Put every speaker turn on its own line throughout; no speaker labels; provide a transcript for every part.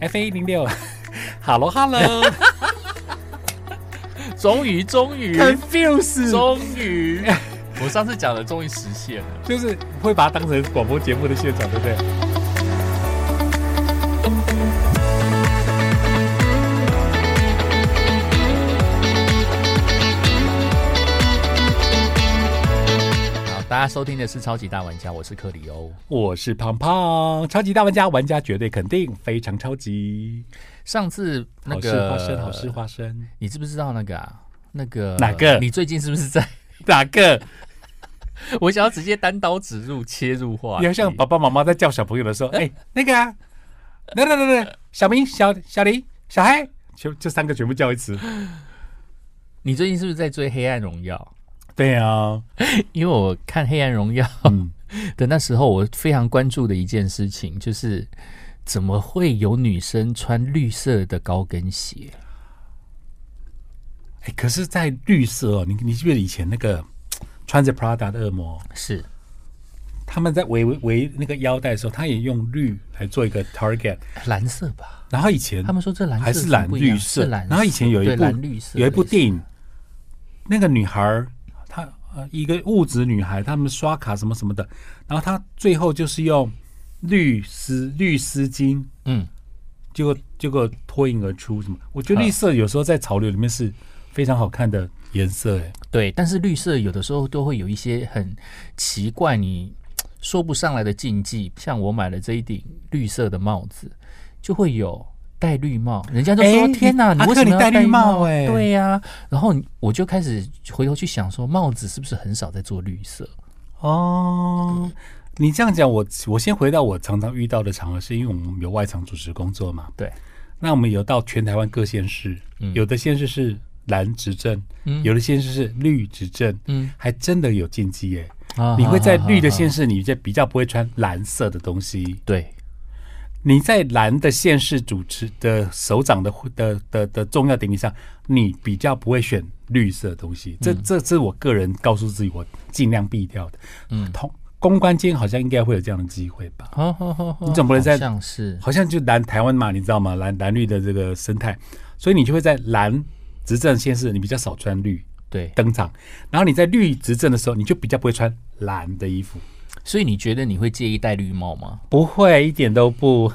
F 一零六，Hello Hello，
终于，终于，
confuse，
终 于，我上次讲的终于实现了。
就是会把它当成广播节目的现场，对不对？
好，大家收听的是《超级大玩家》，我是克里欧。
我是胖胖，超级大玩家，玩家绝对肯定，非常超级。
上次那
好事
个呃
花生，好事花生，
你知不知道那个啊？那个
哪个
你最近是不是在？
哪个？
我想要直接单刀直入切入话题，
你要像爸爸妈妈在叫小朋友的时
呃
候，哎、那个啊，那那那那，小明、小小林、小黑，全这三个全部叫一次。
你最近是不是在追《黑暗荣耀
对啊，》？
因为我看《黑暗荣耀》
嗯，
的那时候，我非常关注的一件事情就是，怎么会有女生穿绿色的高跟鞋？
哎、可是，在绿色哦，你你记不记得以前那个穿着 Prada 的恶魔，
是
他们在围围那个腰带的时候，他也用绿来做一个 target。
蓝色吧？
然后以前
他们说这蓝色
还是蓝
不一样
绿色
是蓝色。
然后以前有一
对
部
蓝绿色
有一部
影，
电影，那个女孩儿她呃一个物质女孩，她们刷卡什么什么的，然后她最后就是用绿丝绿丝巾，
嗯，
结果结果脱颖而出什么？我觉得绿色有时候在潮流里面是非常好看的颜色，哎，
对。但是绿色有的时候都会有一些很奇怪，你说不上来的禁忌。像我买了这一顶绿色的帽子，就会有。戴绿帽，人家就说：“
哎
天哪，
你
为什么要
阿克你戴绿
绿
帽哎
对呀、然后我就开始回头去想说，帽子是不是很少在做绿色？
哦。你这样讲，我我先回到我常常遇到的场合，是因为我们有外场主持工作嘛？
对，
那我们有到全台湾各县市，
嗯
有的县市是蓝执政，
嗯
有的县市是绿执政，
嗯，
还真的有禁忌耶。
啊
你会在绿的
线。
县市，你就比较不会穿蓝色的东西。
对，
你在蓝的县市主持的首长的的的的重要典礼上，你比较不会选绿色的东西。这这是我个人告诉自己，我尽量避掉的。
嗯
同公关间好像应该会有这样的机会吧？
好好好好，
你总不能在
好像是
好像就蓝台湾嘛，你知道吗？蓝蓝绿的这个生态，所以你就会在蓝执政县市，你比较少穿绿
对，
登场，然后你在绿执政的时候，你就比较不会穿蓝的衣服。
所以你觉得你会介意戴绿帽吗？
不会，一点都不。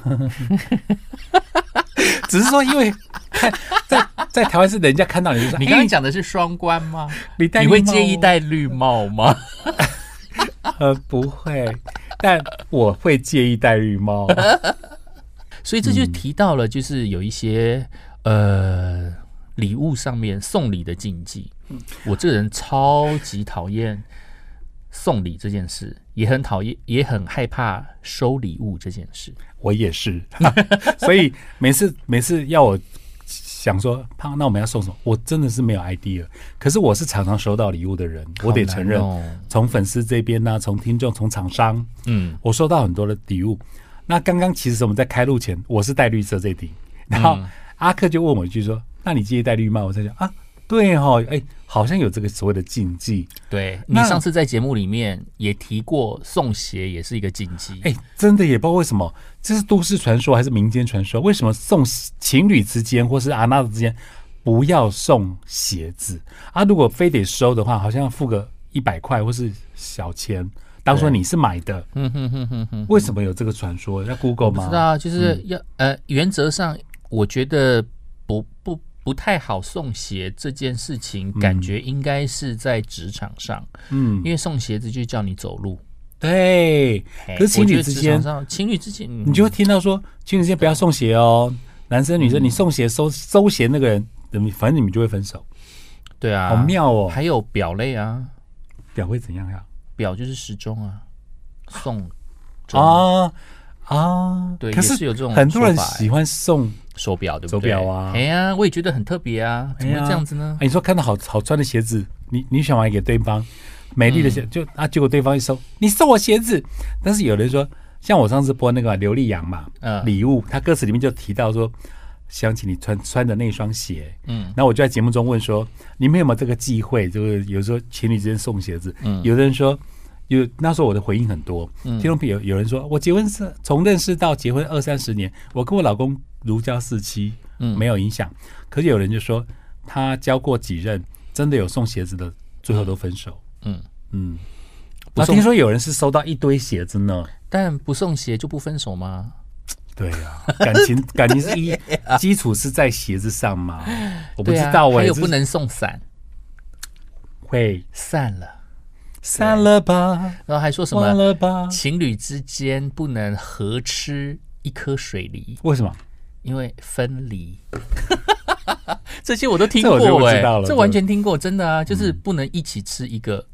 只是说，因为 看在在台湾是人家看到你就说，
你刚刚
哎
讲的是双 关吗？
你戴
你
绿
会
帽
介意
哦？
戴绿 帽吗？
呃，不会，但我会介意戴绿 帽。
所以这
嗯
就提到了，就是有一些、呃礼物上面送礼的禁忌。
嗯
我这个人超级讨厌送礼这件事，也很讨厌，也很害怕收礼物这件事。
我也是， 所以每次每次要我想说，胖，那我们要送什么？我真的是没有 idea。可是我是常常收到礼物的人，我得承认
好，难哦
从粉丝这边呢、从听众，从厂商，
嗯，
我收到很多的礼物。那刚刚其实我们在开录前，我是戴绿色这一顶，然后
嗯
阿克就问我一句说：“那你介意戴绿帽？”我在想啊，对哦，哎，好像有这个所谓的禁忌，
对你
那
上次在节目里面也提过，送鞋也是一个禁忌。
哎，真的也不知道为什么，这是都市传说还是民间传说？为什么送情侣之间或是阿娜之间不要送鞋子啊？如果非得收的话，好像要付个一百块或是小钱，当说你是买的，
嗯哼哼哼哼，
为什么有这个传说？要 Google
不
吗？嗯
知道啊，就是要、呃，原则上我觉得不不不太好送鞋这件事情，感觉应该是在职场上，
嗯，
因为送鞋子就叫你走路。
对。
嘿
可是情
我觉
侣
得
之
职
间
场上情侣之间，嗯
你就会听到说，情侣之间不要送鞋哦，男生女
嗯
生你送鞋收收鞋那个人，嗯反正你们就会分手，
对啊，
好妙哦。
还有表类啊，
表会怎样呀？
表就是时钟啊，送钟
啊啊，
对
可
也是有这种
很多人
说法哎
喜欢送，
手表对
手
不对？
表啊
哎呀，我也觉得很特别啊，怎么
哎
会
呀
这样子呢
哎？你说看到好好穿的鞋子，你你想买给对方美丽的
嗯
鞋，就啊，结果对方一收，你送我鞋子，但是有人说，像我上次播那个刘力扬嘛，
嗯
礼物，他歌词里面就提到说，想起你穿穿的那双鞋，
嗯，
然后我就在节目嗯中问说，你们有没有这个忌讳？就是有时候情侣之间送鞋子，有的人说因为那时候我的回应很多，听众朋友有人说我结婚是从认识到结婚二三十年，我跟我老公如胶似漆，
嗯
没有影响。可是有人就说他交过几任，真的有送鞋子的，最后都分手。
嗯
嗯，
不
我
送
听说有人是收到一堆鞋子呢。
但不送鞋就不分手吗？
对呀、感情感情 是一基础是在鞋子上嘛？我不知道
对啊
哎、
还有
这
不能送伞，
会
散了，
散了吧，
然后还说什
忘
么
了吧？
情侣之间不能合吃一颗水梨，
为什么？
因为分离。 这些我都听
这
过、
我
欸，
就不知道了
这完全听过，真的啊，就是不能一起吃一个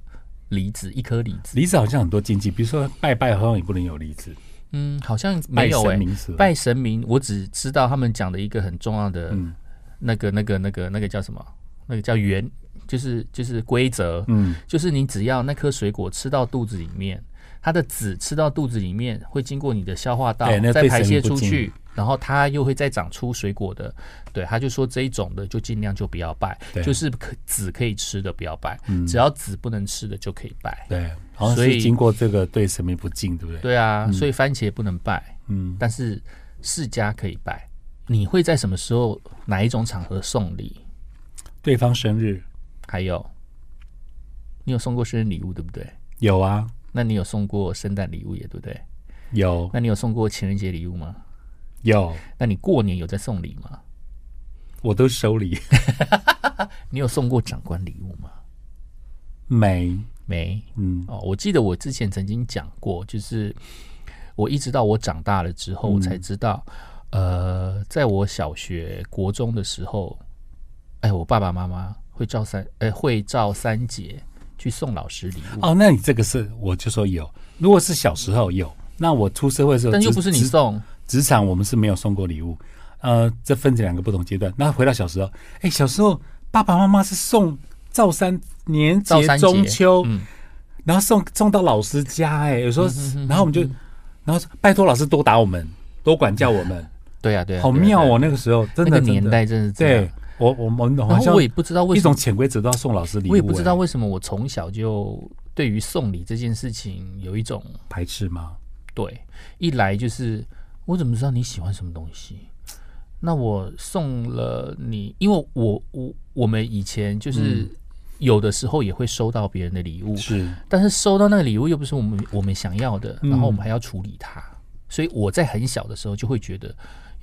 梨子，一颗梨子。
梨子好像很多禁忌，比如说拜拜好像也不能有梨子，
嗯，好像
拜
没有哎、
神明是吧
拜神明，我只知道他们讲的一个很重要的
嗯
那个、那个、那个、那个叫什么？那个叫原，就是就是规则，
嗯
就是你只要那颗水果吃到肚子里面，它的籽吃到肚子里面会经过你的消化道
对哎那，
再
对
排
神
泄
不
出
敬
去，然后它又会再长出水果的。对，他就说这一种的就尽量就不要拜
对，
就是可籽可以吃的不要拜，
嗯
只要籽不能吃的就可以拜。
对，好像
所
是
以
经过这个对神明不敬，对不对？
对啊，所以番茄不能拜，
嗯，
但是世家可以拜。你会在什么时候、哪一种场合送礼？
对方生日
还有，你有送过生日礼物对不对？
有啊，
那你有送过圣诞礼物也对不对？
有
那你有送过情人节礼物吗？
有，
那你过年有在送礼吗？
我都收礼
你有送过长官礼物吗？
没，
没
嗯
哦，我记得我之前曾经讲过，就是我一直到我长大了之
嗯
后，我才知道，呃，在我小学、国中的时候，哎，我爸爸妈妈会照三，哎，会照三节去送老师礼物，
哦，那你这个是我就说有，如果是小时候有，那我出社会的时候，
但又
职
不是你
职
送，
职场我们是没有送过礼物，呃，这分成两个不同阶段。那回到小时候，哎，小时候爸爸妈妈是送赵三年
照
节
三节
中秋，
嗯，
然后送送到老师家、哎，有时候，然后我们
嗯
就，然后拜托老师多打我们，多管教我们，
对 啊，对啊，
好
对啊
妙
对啊
哦！那个时候真的
那个年，代真的是
真的
这样
对。我我我们好
然后
像
我也不知道为
一
什么
种潜规则都要送老师礼物、
我也不知道
哎
为什么我从小就对于送礼这件事情有一种
排斥吗？
对，一来就是我怎么知道你喜欢什么东西？那我送了你，因为我我我们以前就是有的时候也会收到别人的礼物，
是，
但是收到那个礼物又不是我们我们想要的，
嗯
然后我们还要处理它，所以我在很小的时候就会觉得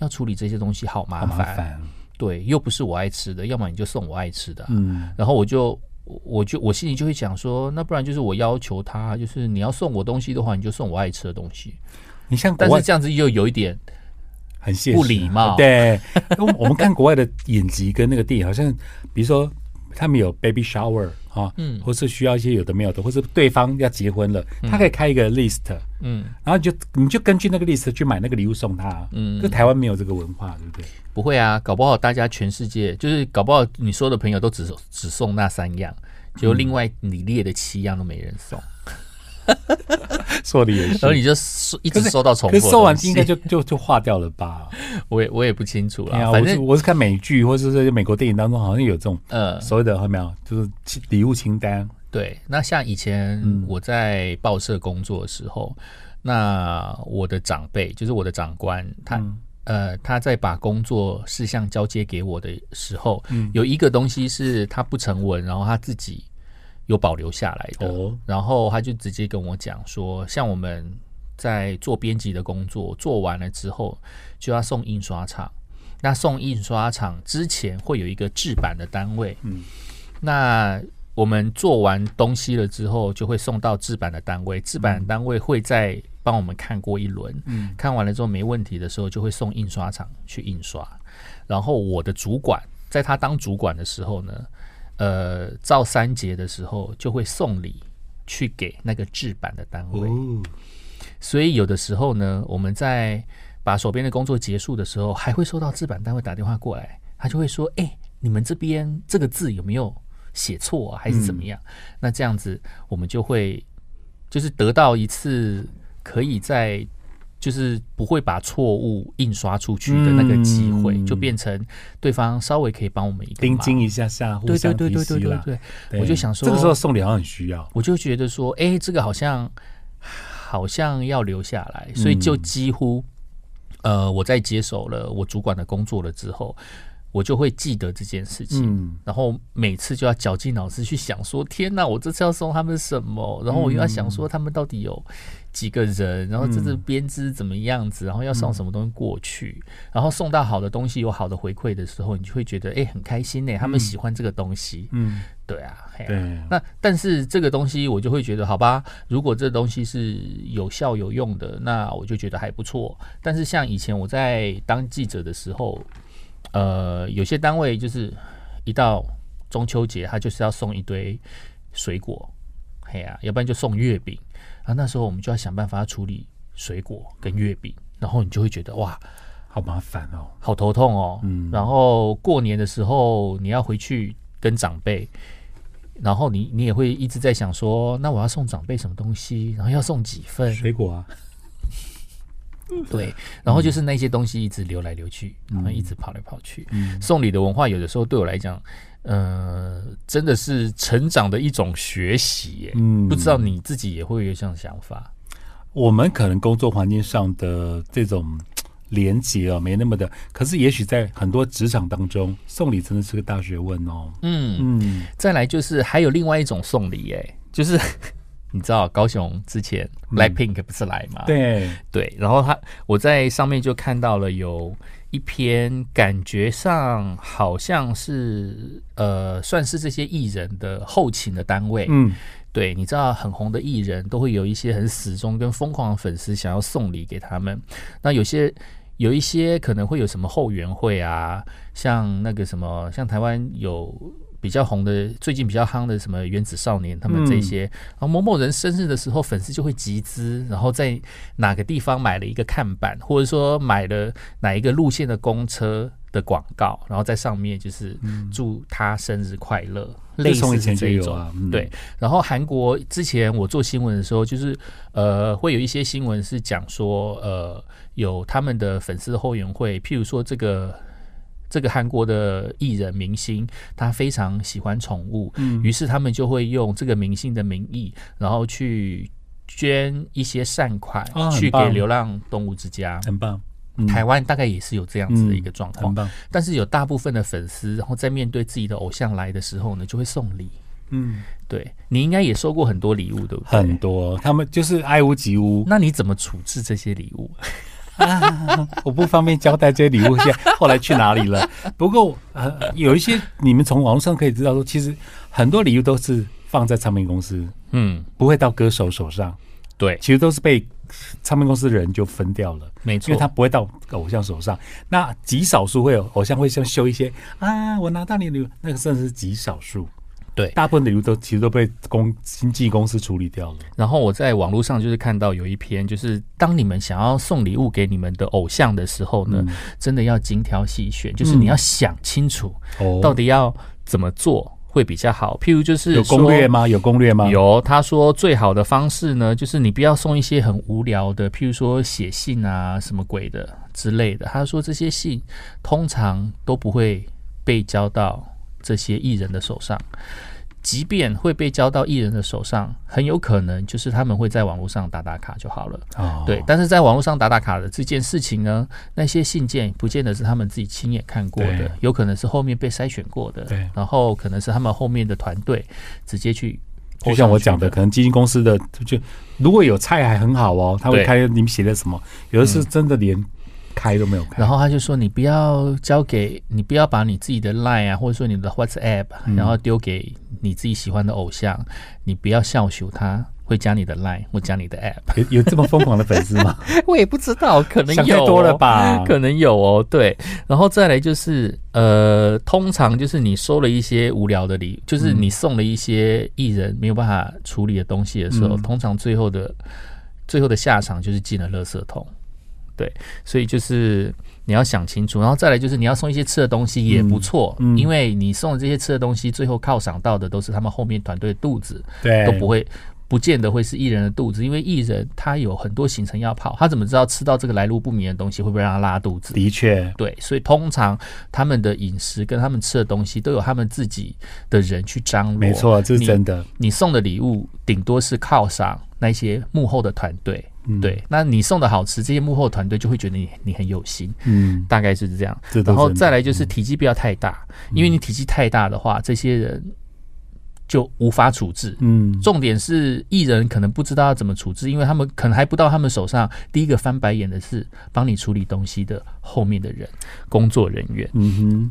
要处理这些东西好麻
好麻
烦，
烦，
对，又不是我爱吃的，要么你就送我爱吃的啊、
嗯，
然后我就我我就我心里就会想说，那不然就是我要求他，就是你要送我东西的话，你就送我爱吃的东西。
你像国
但
外
是这样子又有一点，
很现实
不礼貌
对，因为我们看国外的影集跟那个电影，好像比如说他们有 baby shower 啊，
嗯
或是需要一些有的没有的，或是对方要结婚了，他可以开一个 list，、
嗯，
然后你就你就根据那个 list 去买那个礼物送他。
嗯
就台湾没有这个文化，对不对？
不会啊，搞不好大家全世界就是搞不好你所有的朋友都只只送那三样，就另外你列的七样都没人送，
说的也
然后
是。
你就收一直收到重复
可
的
是收完
东西
应该就就就化掉了吧？
我也我也不清楚
哎
了，
呀，
反
我是
正
我是看美剧或者是美国电影当中，好像有这种
呃
所谓的有没有，就是清礼物清单。
对，那像以前我在报社工作的时候，那我的长辈就是我的长官，他、呃他在把工作事项交接给我的时候，有一个东西是他不成文，然后他自己有保留下来的，
哦
然后他就直接跟我讲说，像我们在做编辑的工作，做完了之后就要送印刷厂。那送印刷厂之前会有一个制版的单位，
嗯，
那我们做完东西了之后，就会送到制版的单位，制版单位会再帮我们看过一轮，
嗯，
看完了之后没问题的时候，就会送印刷厂去印刷。然后我的主管在他当主管的时候呢，呃，照三节的时候就会送礼去给那个制版的单位。
哦，
所以有的时候呢，我们在把手边的工作结束的时候，还会收到制版单位打电话过来，他就会说：“哎、你们这边这个字有没有写错啊，还是怎么样？”那这样子，我们就会就是得到一次可以在就是不会把错误印刷出去的那个机会，
嗯
就变成对方稍微可以帮我们一个
盯
忙。
紧一下下，互
对对
相
对
提
对
携
对对
啦。
对，
对
我就想说
这个时候送礼好像很需要。
我就觉得说，哎、这个好像好像要留下来，所以就几乎，呃，我在接手了我主管的工作了之后，我就会记得这件事情。
嗯，
然后每次就要绞尽脑汁去想说，天哪，我这次要送他们什么？然后我又要想说他们到底有几个人，然后这次编织怎么样子，然后要送什么东西过去，然后送到好的东西有好的回馈的时候，你就会觉得哎、很开心呢、他们喜欢这个东西，
嗯，
对啊，嘿啊
对，
那但是这个东西我就会觉得，好吧，如果这东西是有效有用的，那我就觉得还不错。但是像以前我在当记者的时候，呃，有些单位就是一到中秋节，他就是要送一堆水果，嘿呀、要不然就送月饼。啊，那时候我们就要想办法处理水果跟月饼，然后你就会觉得哇，
好麻烦哦。
好头痛哦。
嗯
然后过年的时候你要回去跟长辈，然后你你也会一直在想说，那我要送长辈什么东西，然后要送几份，
水果啊，
对，然后就是那些东西一直流来流去，然后一直跑来跑去。
嗯
送礼的文化有的时候对我来讲，呃，真的是成长的一种学习耶。
嗯
不知道你自己也会有这样的想法，
我们可能工作环境上的这种连结啊，没那么的，可是也许在很多职场当中，送礼真的是个大学问哦。
嗯
嗯，
再来就是还有另外一种送礼，哎，就是 你知道高雄之前
嗯
Blackpink 不是来吗？
对，
对，然后他我在上面就看到了有一篇，感觉上好像是呃，算是这些艺人的后勤的单位。
嗯
对，你知道很红的艺人都会有一些很死忠跟疯狂的粉丝想要送礼给他们，那有些。有一些可能会有什么后援会啊，像那个什么，像台湾有比较红的，最近比较夯的什么原子少年，他们
嗯
这些，然后某某人生日的时候，粉丝就会集资，然后在哪个地方买了一个看板，或者说买了哪一个路线的公车的广告，然后在上面就是祝他生日快乐，类
嗯这从
似
以前
是
就
这一
有
种。
啊嗯
对，然后韩国之前我做新闻的时候，就是呃，会有一些新闻是讲说，呃，有他们的粉丝后援会，譬如说这个这个韩国的艺人明星，他非常喜欢宠物，
嗯
于是他们就会用这个明星的名义，然后去捐一些善款、
啊很
去给
棒
流浪动物之家。
很棒，嗯
台湾大概也是有这样子的一个状况
很，棒，
但是有大部分的粉丝，然后在面对自己的偶像来的时候呢，就会送礼。
嗯，
对你应该也收过很多礼物，对不对？，
很多，他们就是爱屋及乌
那你怎么处置这些礼物？
我不方便交代这些礼物现在后来去哪里了。不过呃，有一些你们从网络上可以知道说，其实很多礼物都是放在唱片公司，
嗯，
不会到歌手手上，
对，
其实都是被唱片公司的人就分掉了。
没
因
错，
为它不会到偶像手上。那极少数会有偶像会像修一些啊，我拿到你的礼物，那个甚至是极少数。
对
大部分的礼物都其实都被公经纪公司处理掉了。
然后我在网络上就是看到有一篇，就是当你们想要送礼物给你们的偶像的时候
嗯
呢，真的要精挑细选，就是你要想清楚
哦
到底要怎么做会比较好。譬如就是
有攻略
说
吗？有攻略吗？，
有，他说最好的方式呢，就是你不要送一些很无聊的，譬如说写信啊、什么鬼的之类的。他说这些信通常都不会被交到这些艺人的手上，即便会被交到艺人的手上，很有可能就是他们会在网络上打打卡就好了。
哦，
对，但是在网络上打打卡的这件事情呢，那些信件不见得是他们自己亲眼看过
对
的，有可能是后面被筛选过的，
对
然后可能是他们后面的团队直接去。
就像我讲的，，可能基金公司的就如果有菜还很好哦，他会
对嗯
开你们写的什么，有的是真的连开都没有开。
然后他就说你不要交给你不要把你自己的 Line 啊，或者说你的 WhatsApp，、然后丢给你自己喜欢的偶像，你不要笑羞他。会加你的 Line 或加你的 App，
有有这么疯狂的粉丝吗？
我也不知道， 可能
想太
有、哦
多了吧？
可能有哦，对。然后再来就是，呃，通常就是你收了一些无聊的礼，就是你送了一些艺人没有办法处理的东西的时
嗯
候，通常最后的最后的下场就是进了垃圾桶。对，所以就是你要想清楚，然后再来就是你要送一些吃的东西也不错，
嗯嗯
因为你送的这些吃的东西，最后犒赏到的都是他们后面团队的肚子，
对，
都不会不见得会是艺人的肚子，因为艺人他有很多行程要跑，他怎么知道吃到这个来路不明的东西会不会让他拉肚子？
的确，
对，所以通常他们的饮食跟他们吃的东西都有他们自己的人去张罗。
没，错，这是真的。
你送的礼物顶多是犒赏那些幕后的团队。
嗯
对，那你送的好吃，这些幕后团队就会觉得你你很有心，
嗯，
大概是这样。
这都
然后
真的嗯
再来就是体积不要太大，因为你体积太大的话，这些人就无法处置。
嗯，
重点是艺人可能不知道要怎么处置，因为他们可能还不到他们手上。第一个翻白眼的是帮你处理东西的后面的人，工作人员。
嗯哼，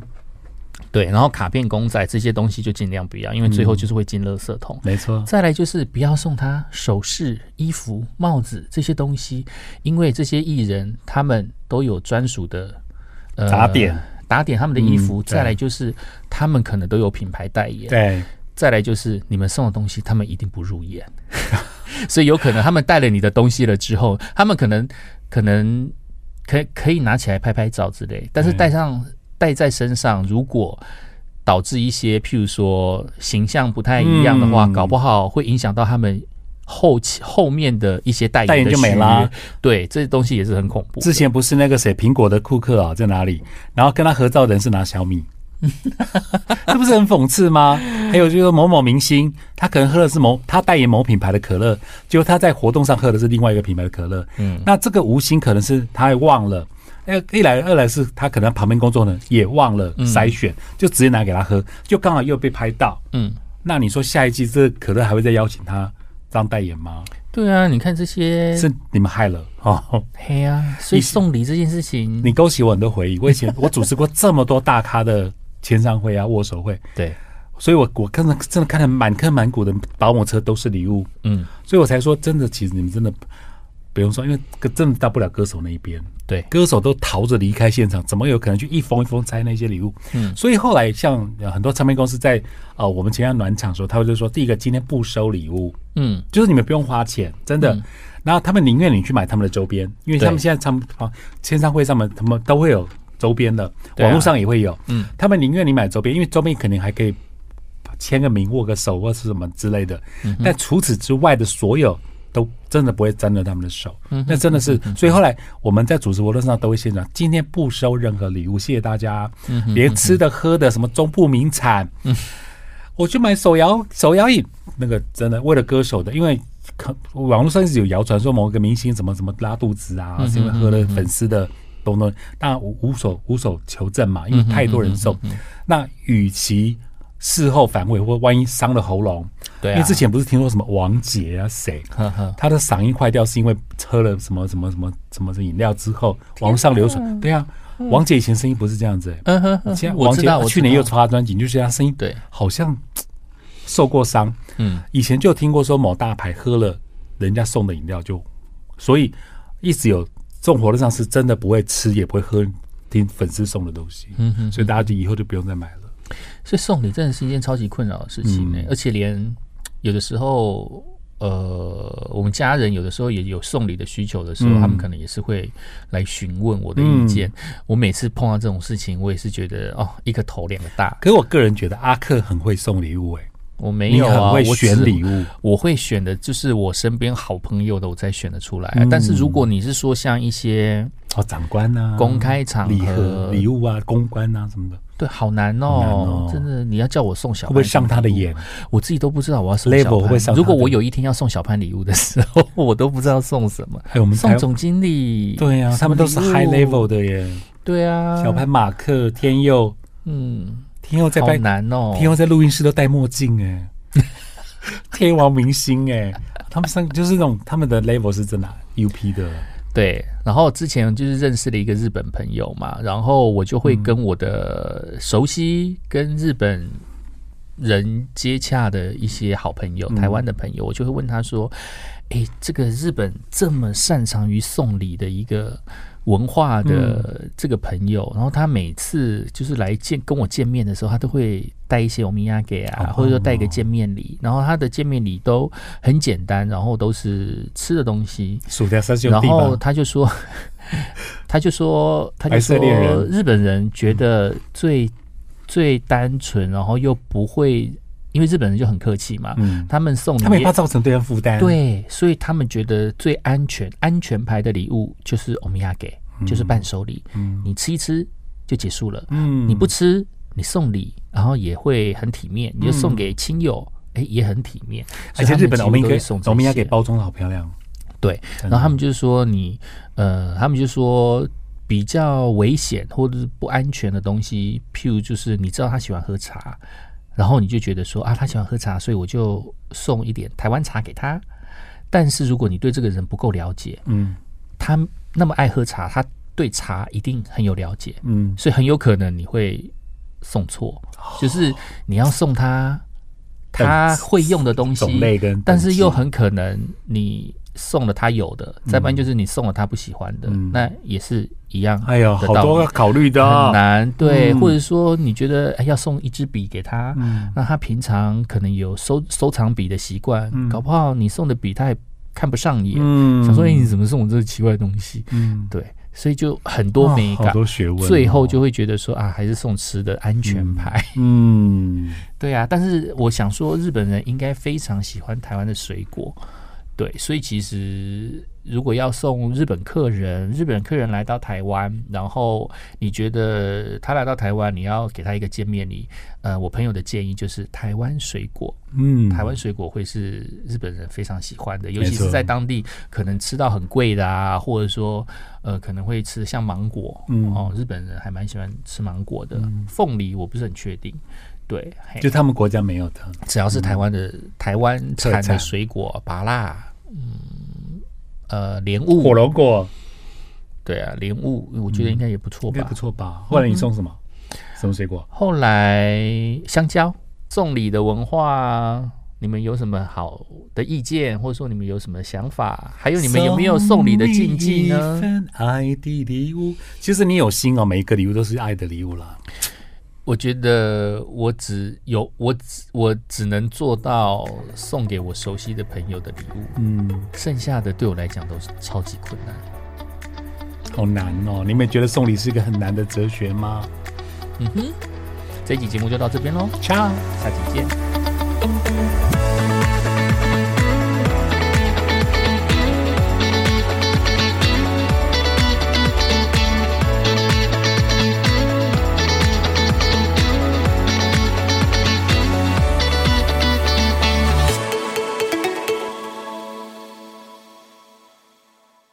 对，然后卡片、公仔这些东西就尽量不要，因为最后就是会进垃圾桶。
没错，
再来就是不要送他首饰、衣服、帽子这些东西，因为这些艺人他们都有专属的、呃
打点，
打点他们的衣服。
嗯对
再来就是他们可能都有品牌代言。
对，
再来就是你们送的东西，他们一定不入眼， 所以有可能他们带了你的东西了之后，他们可能可能可可以拿起来拍拍照之类，但是带上带在身上，如果导致一些譬如说形象不太一样的话，
嗯
搞不好会影响到他们后期后面的一些代言
代言
的
就没
续
啦
约对，这些东西也是很恐怖的。
之前不是那个谁，苹果的库克啊，在哪里？然后跟他合照的人是拿小米，这不是很讽刺吗？还有就是说某某明星，他可能喝的是某他代言某品牌的可乐，结果他在活动上喝的是另外一个品牌的可乐。
嗯
嗯，那这个无心可能是他也忘了。哎，一来二来是他可能旁边工作人员也忘了筛选，就直接拿给他喝，就刚好又被拍到。
嗯。
那你说下一季这个可乐还会再邀请他当代言吗？
对啊，你看这些
是你们害了哦。
黑啊，所以
你
送礼这件事情，
你勾起我很多回忆。我以前我主持过这么多大咖的签唱会啊、握手会，
对，
所以我我看到真的看得满坑满谷的保姆车都是礼物，
嗯，
所以我才说真的，其实你们真的不用说，因为真的到不了歌手那一边，
对，
歌手都逃着离开现场，怎么有可能去一封一封拆那些礼物？
嗯
所以后来像呃很多唱片公司在呃我们前面暖场的时候，他们就说，第一个今天不收礼物，
嗯。
就是你们不用花钱，真的。然后他们宁愿你去买他们的周边，因为
对
他们现在他们啊，签唱会上面他们都会有周边的，
对啊
网络上也会有。
嗯，
他们宁愿你买周边，因为周边肯定还可以签个名、握个手或是什么之类的。
嗯
但除此之外的所有都真的不会沾了他们的手，
嗯
那真的是。所以后来我们在主持活动上都会现场，今天不收任何礼物，谢谢大家，
嗯
连吃的喝的什么中部名产，我去买手摇手摇椅，那个真的为了歌手的，因为可网络上一直有谣传说某个明星怎么怎么拉肚子啊，
嗯
是因为喝了粉丝的东东，当然无无所无所求证
嗯
嘛，因为太多人送。那与其事后反悔，或万一伤了喉咙，
对啊，
因为之前不是听说什么王杰啊谁，
呵呵，
他的嗓音坏掉是因为喝了什么什么什么什么饮料之后，网络上流传，对啊，王杰以前声音不是这样子、欸。
嗯哼哼
现在
哼，
王
我知
杰
道，我
去年又
知
出他专辑，你就觉得他声音
道对，
好像受过伤。
嗯，
以前就听过说某大牌喝了人家送的饮料就，所以一直有这种活动上是真的不会吃也不会喝听粉丝送的东西，
嗯哼，
所以大家就以后就不用再买了。
所以送礼真的是一件超级困扰的事情呢、
嗯
而且连有的时候，呃，我们家人有的时候也有送礼的需求的时候，
嗯
他们可能也是会来询问我的意见、我每次碰到这种事情，我也是觉得哦，一个头两个大，
可是我个人觉得阿克很会送礼物、欸，哎，
我没有
你
啊，
很会
我只
选礼物，
我会选的就是我身边好朋友的，我才选得出来、啊
嗯
但是如果你是说像一些
哦，长官啊，
公开呃场
礼
合
盒、，礼物啊，公关啊什么的，
对，好难哦，
好难哦
真的，你要叫我送小
会
潘啊
不会上他的眼？
我自己都不知道我要送
Label
小
会
潘。
不会上他的
如果我有一天要送小潘礼物的时候， 我都不知道送什么。
还有我们
送
台
总经理，
对啊，他们都是
什么
high
礼物
level 的耶，
对啊，
小，潘、马克、天佑，
嗯，
天佑在
好
拜
难哦。
天佑在录音室都戴墨镜 哎、天王明星哎、他们三个就是那种他们的 level 是真的 UP 的，
对，然后之前就是认识了一个日本朋友嘛，然后我就会跟我的熟悉跟日本人接洽的一些好朋友，台湾的朋友，我就会问他说：“诶，这个日本这么擅长于送礼的一个文化的这个朋友，然后他每次就是来见跟我见面的时候，他都会带一些欧米亚给
好
啊，
棒
或者说带一个
哦
见面礼，然后他的见面礼都很简单，然后都是吃的东西，
薯条三兄
然
弟
后
吧，
他就说，他就说，他就
白色
说
恋人
日本人觉得最最单纯，然后又不会因为日本人就很客气嘛，
嗯，
他们送礼
他们也怕
也
造成对方负担，，
对，所以他们觉得最安全、安全牌的礼物就是欧米亚给，就是伴手礼，
嗯
你吃一吃就结束了。
嗯，
你不吃，你送礼，然后也会很体面，你就送给亲友，哎、也很体面。
嗯而且日本的欧
欧
米
米
给
送这
欧米亚
些
给包装的好漂亮，
对，
嗯
然后他们就是说你，呃，他们就说比较危险或者是不安全的东西，譬如就是你知道他喜欢喝茶，然后你就觉得说啊，他喜欢喝茶，所以我就送一点台湾茶给他。但是如果你对这个人不够了解，
嗯
他那么爱喝茶，他对茶一定很有了解，
嗯，
所以很有可能你会送错，就是你要送他他会用的东
种
西，
类跟等级，
但是又很可能你送了他有的，再不然就是你送了他不喜欢的，
嗯
那也是一样。
哎呀，好多要考虑的
很
哦，
难，对，
嗯
或者说你觉得、哎、要送一支笔给他，
嗯
那他平常可能有收收藏笔的习惯，
嗯
搞不好你送的笔他也看不上眼，
嗯
想说、哎、你怎么送我这个奇怪的东西？
嗯，
对，所以就很多美
哇好
感，
多学问哦，
最后就会觉得说啊，还是送吃的安全牌。
嗯，
对啊，但是我想说，日本人应该非常喜欢台湾的水果，对，所以其实如果要送日本客人，日本客人来到台湾，然后你觉得他来到台湾，你要给他一个见面礼，呃，我朋友的建议就是台湾水果，
嗯，
台湾水果会是日本人非常喜欢的，尤
没
其是
错
在当地可能吃到很贵的啊，或者说呃可能会吃像芒果，
嗯
哦，日本人还蛮喜欢吃芒果的，凤梨我不是很确定。对，嘿
就他们国家没有的，
只要是台湾
嗯
的、台湾产
特产
的水果，芭辣，嗯，呃，莲
火
雾，
龙果
对啊，莲雾，我觉得应该也不错
嗯应该
吧。
不错吧？后来你送什么？什么水果？
后来香蕉送礼的文化，你们有什么好的意见，或者说你们有什么想法？还哎有你们有没有送礼的禁
送你
忌
一
呢？
份爱的礼物，其实你有心哦，每一个礼物都是爱的礼物啦。
我觉得我只有我只我只能做到送给我熟悉的朋友的礼物，
嗯，
剩下的对我来讲都是超级困难。
好难哦。你们觉得送礼是一个很难的哲学吗
嗯哼，这一集节目就到这边喽，
？Ciao。
下集见。
「